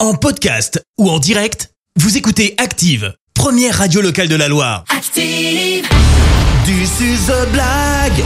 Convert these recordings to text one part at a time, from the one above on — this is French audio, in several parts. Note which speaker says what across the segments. Speaker 1: En podcast ou en direct, vous écoutez Active, première radio locale de la Loire.
Speaker 2: Active,
Speaker 1: Du suze blague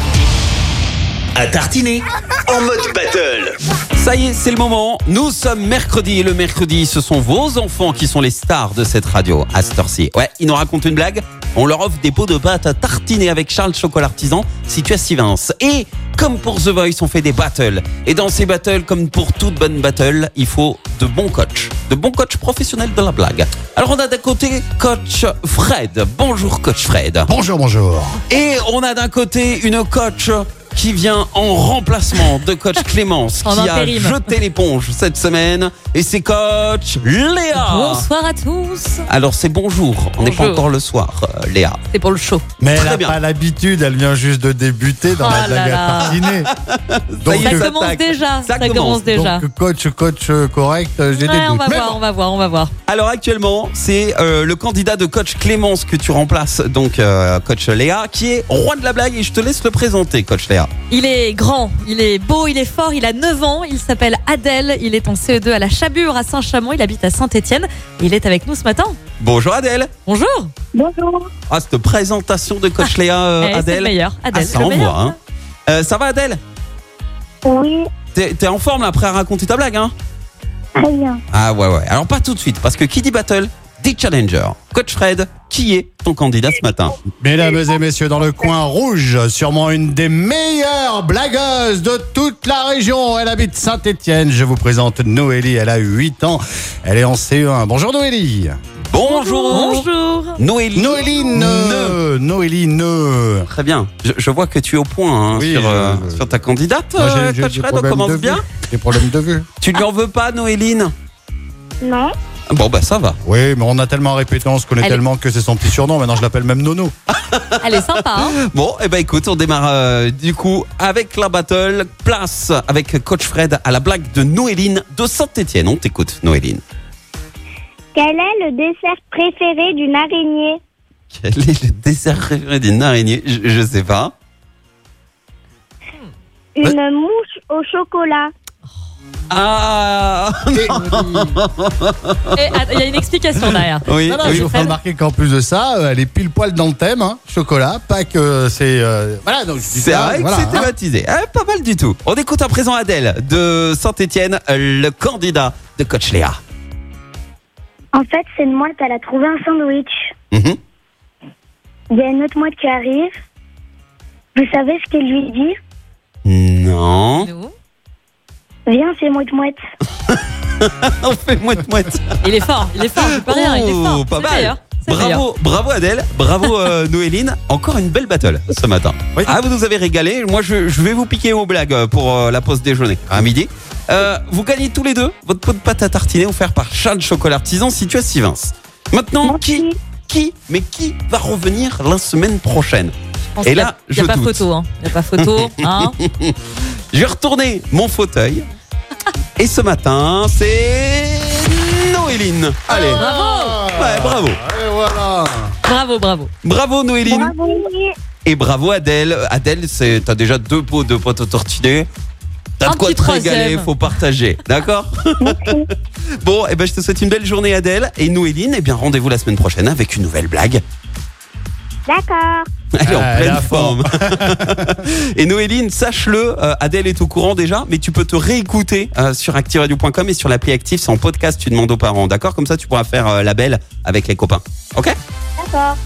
Speaker 1: à tartiner en mode battle.
Speaker 3: Ça y est, c'est le moment. Nous sommes mercredi et le mercredi, ce sont vos enfants qui sont les stars de cette radio à cette heure-ci. Ouais, ils nous racontent une blague. On leur offre des pots de pâte à tartiner avec Charles Chocolat Artisan situé à Sivins. Et comme pour The Voice, on fait des battles. Et dans ces battles, comme pour toute bonne battle, il faut de bons coachs, de bons coachs professionnels de la blague. Alors on a d'un côté coach Fred. Bonjour coach Fred.
Speaker 4: Bonjour, bonjour.
Speaker 3: Et on a d'un côté une coach qui vient en remplacement de coach Clémence
Speaker 5: En
Speaker 3: qui a
Speaker 5: intérim.
Speaker 3: jeté l'éponge cette semaine et c'est coach Léa.
Speaker 5: Bonsoir à tous.
Speaker 3: Alors c'est bonjour, on n'est pas
Speaker 5: Bonjour.
Speaker 3: encore le soir euh, Léa.
Speaker 5: C'est pour le show.
Speaker 4: Mais elle
Speaker 3: Très
Speaker 4: n'a
Speaker 3: bien.
Speaker 4: pas l'habitude, elle vient juste de débuter dans
Speaker 5: Oh
Speaker 4: la blague
Speaker 5: là
Speaker 4: à
Speaker 5: là.
Speaker 4: tartiner.
Speaker 3: y
Speaker 4: Donc,
Speaker 3: est,
Speaker 5: Ça
Speaker 3: je-
Speaker 4: euh,
Speaker 5: commence
Speaker 3: attaque.
Speaker 5: déjà.
Speaker 3: Ça
Speaker 5: Ça,
Speaker 3: commence.
Speaker 5: commence, déjà.
Speaker 4: donc, coach, coach euh, correct, euh, j'ai des
Speaker 5: Ouais, on
Speaker 4: doutes.
Speaker 5: va
Speaker 4: Mais
Speaker 5: voir, on va voir, on va voir.
Speaker 3: Alors actuellement c'est euh, le candidat de coach Clémence que tu remplaces donc euh, coach Léa qui est roi de la blague et je te laisse le présenter coach Léa.
Speaker 5: Il est grand, il est beau, il est fort, il a 9 ans, il s'appelle Adèle, il est en CE2 à la Chabure à Saint-Chamond, il habite à Saint-Étienne et il est avec nous ce matin.
Speaker 3: Bonjour Adèle.
Speaker 5: Bonjour.
Speaker 6: Bonjour,
Speaker 3: Ah cette présentation de coach Léa euh,
Speaker 5: Eh, c'est le
Speaker 3: Adèle.
Speaker 5: meilleur. Adèle,
Speaker 3: Ah, ça
Speaker 5: le
Speaker 3: envoie,
Speaker 5: meilleur.
Speaker 3: hein. Euh, ça va Adèle
Speaker 6: oui,
Speaker 3: T'es t'es en forme là après à raconter ta blague hein
Speaker 6: très bien.
Speaker 3: Ah ouais ouais. Alors pas tout de suite parce que qui dit battle dit challenger. Coach Fred, qui est ton candidat ce matin
Speaker 4: Mesdames et messieurs, dans le coin rouge, sûrement une des meilleures blagueuses de toute la région. Elle habite Saint-Etienne. Je vous présente Noélie, elle a 8 ans. Elle est en CE1. Bonjour Noélie.
Speaker 3: Bonjour.
Speaker 5: Bonjour.
Speaker 3: Noélie.
Speaker 4: Noélie,
Speaker 3: Neu.
Speaker 4: ne. Noélie, ne.
Speaker 3: Très bien. Je, je vois que tu es au point hein,
Speaker 4: Oui,
Speaker 3: sur, euh,
Speaker 4: je-
Speaker 3: sur ta candidate.
Speaker 4: Moi, j'ai-
Speaker 3: euh,
Speaker 4: j'ai
Speaker 3: Coach
Speaker 4: des
Speaker 3: Fred, on
Speaker 4: problèmes de
Speaker 3: commence
Speaker 4: vue.
Speaker 3: bien.
Speaker 4: Des problèmes de vue.
Speaker 3: Tu ne lui en veux pas, Noéline
Speaker 6: Non,
Speaker 3: Bon bah ça va.
Speaker 4: Oui, mais on a tellement répété, on se connaît
Speaker 5: Elle est-
Speaker 4: tellement que c'est son petit surnom. Maintenant, je l'appelle même Nono.
Speaker 5: Elle est sympa. hein.
Speaker 3: Bon, et eh ben écoute, on démarre euh, du coup avec la battle. Place avec Coach Fred à la blague de Noéline de Saint-Étienne. On t'écoute, Noéline.
Speaker 6: quel est le dessert préféré d'une araignée
Speaker 3: Quel est le dessert préféré d'une araignée je, je sais pas.
Speaker 6: Une mouche au chocolat.
Speaker 3: Ah
Speaker 5: Et att- Il y a une explication derrière.
Speaker 3: oui,
Speaker 4: Non, non,
Speaker 3: oui.
Speaker 4: je vous fais remarquer qu'en plus de ça, euh, elle est pile poil dans le thème, hein, chocolat, pas que c'est. euh, voilà, donc je dis
Speaker 3: C'est
Speaker 4: ça,
Speaker 3: vrai
Speaker 4: voilà,
Speaker 3: que
Speaker 4: hein.
Speaker 3: c'est thématisé. Eh, pas mal du tout. On écoute à présent Adèle de Saint-Etienne, le candidat de Coach Léa.
Speaker 6: En fait, c'est une moite, elle a trouvé un sandwich.
Speaker 3: Mhm.
Speaker 6: Il y a une autre moite qui arrive. Vous savez ce qu'elle lui dit
Speaker 3: Non.
Speaker 5: Nous.
Speaker 6: Viens, c'est moite moite.
Speaker 3: On fait mouette-mouette.
Speaker 5: Il est fort, il est fort, je peux rien, il est fort.
Speaker 3: Oh, pas
Speaker 5: C'est le meilleur,
Speaker 3: mal.
Speaker 5: c'est le meilleur.
Speaker 3: Bravo, bravo Adèle, bravo euh, Noéline. Encore une belle battle ce matin.
Speaker 4: Oui.
Speaker 3: Ah, vous nous avez régalé. Moi, je, je vais vous piquer vos blagues euh, pour euh, la pause déjeuner à midi. Euh, vous gagnez tous les deux votre pot de pâte à tartiner offert par Charles Chocolat Artisan situé à Sivins. Maintenant, qui,
Speaker 6: Merci.
Speaker 3: qui, mais qui va revenir la semaine prochaine
Speaker 5: Je pense
Speaker 3: Et
Speaker 5: qu'il y a-
Speaker 3: là,
Speaker 5: il n'y a,
Speaker 3: je
Speaker 5: pas
Speaker 3: doute.
Speaker 5: photo. hein. Il n'y a pas photo. hein.
Speaker 3: Je vais retourner mon fauteuil. Et ce matin, c'est Noéline. Allez.
Speaker 5: Ah, Bravo.
Speaker 3: Ouais, bravo.
Speaker 4: Ah, Et voilà.
Speaker 5: Bravo, bravo.
Speaker 3: Bravo Noéline.
Speaker 6: Bravo.
Speaker 3: Et bravo Adèle. Adèle, c'est- t'as déjà deux pots de pâte à tartiner. T'as
Speaker 5: Un
Speaker 3: de quoi
Speaker 5: petit
Speaker 3: te régaler,
Speaker 5: troisième.
Speaker 3: faut partager. D'accord Bon, et ben je te souhaite une belle journée Adèle. Et Noéline, eh bien rendez-vous la semaine prochaine avec une nouvelle blague.
Speaker 6: D'accord.
Speaker 3: Elle est
Speaker 4: Ah,
Speaker 3: en
Speaker 4: elle est
Speaker 3: pleine
Speaker 4: à
Speaker 3: forme. et Noéline, sache-le, euh, Adèle est au courant déjà, mais tu peux te réécouter euh, sur activeradio.com et sur l'appli Active, c'est en podcast, tu demandes aux parents, d'accord Comme ça, tu pourras faire euh, la belle avec les copains. Ok
Speaker 6: D'accord.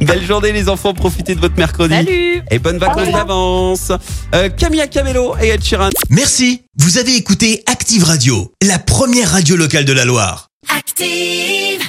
Speaker 3: Belle journée les enfants, profitez de votre mercredi.
Speaker 5: Salut.
Speaker 3: Et bonnes vacances d'avance. Euh, Camilla Cabello et Ed Sheeran.
Speaker 1: Merci, vous avez écouté Active Radio, la première radio locale de la Loire.
Speaker 2: active.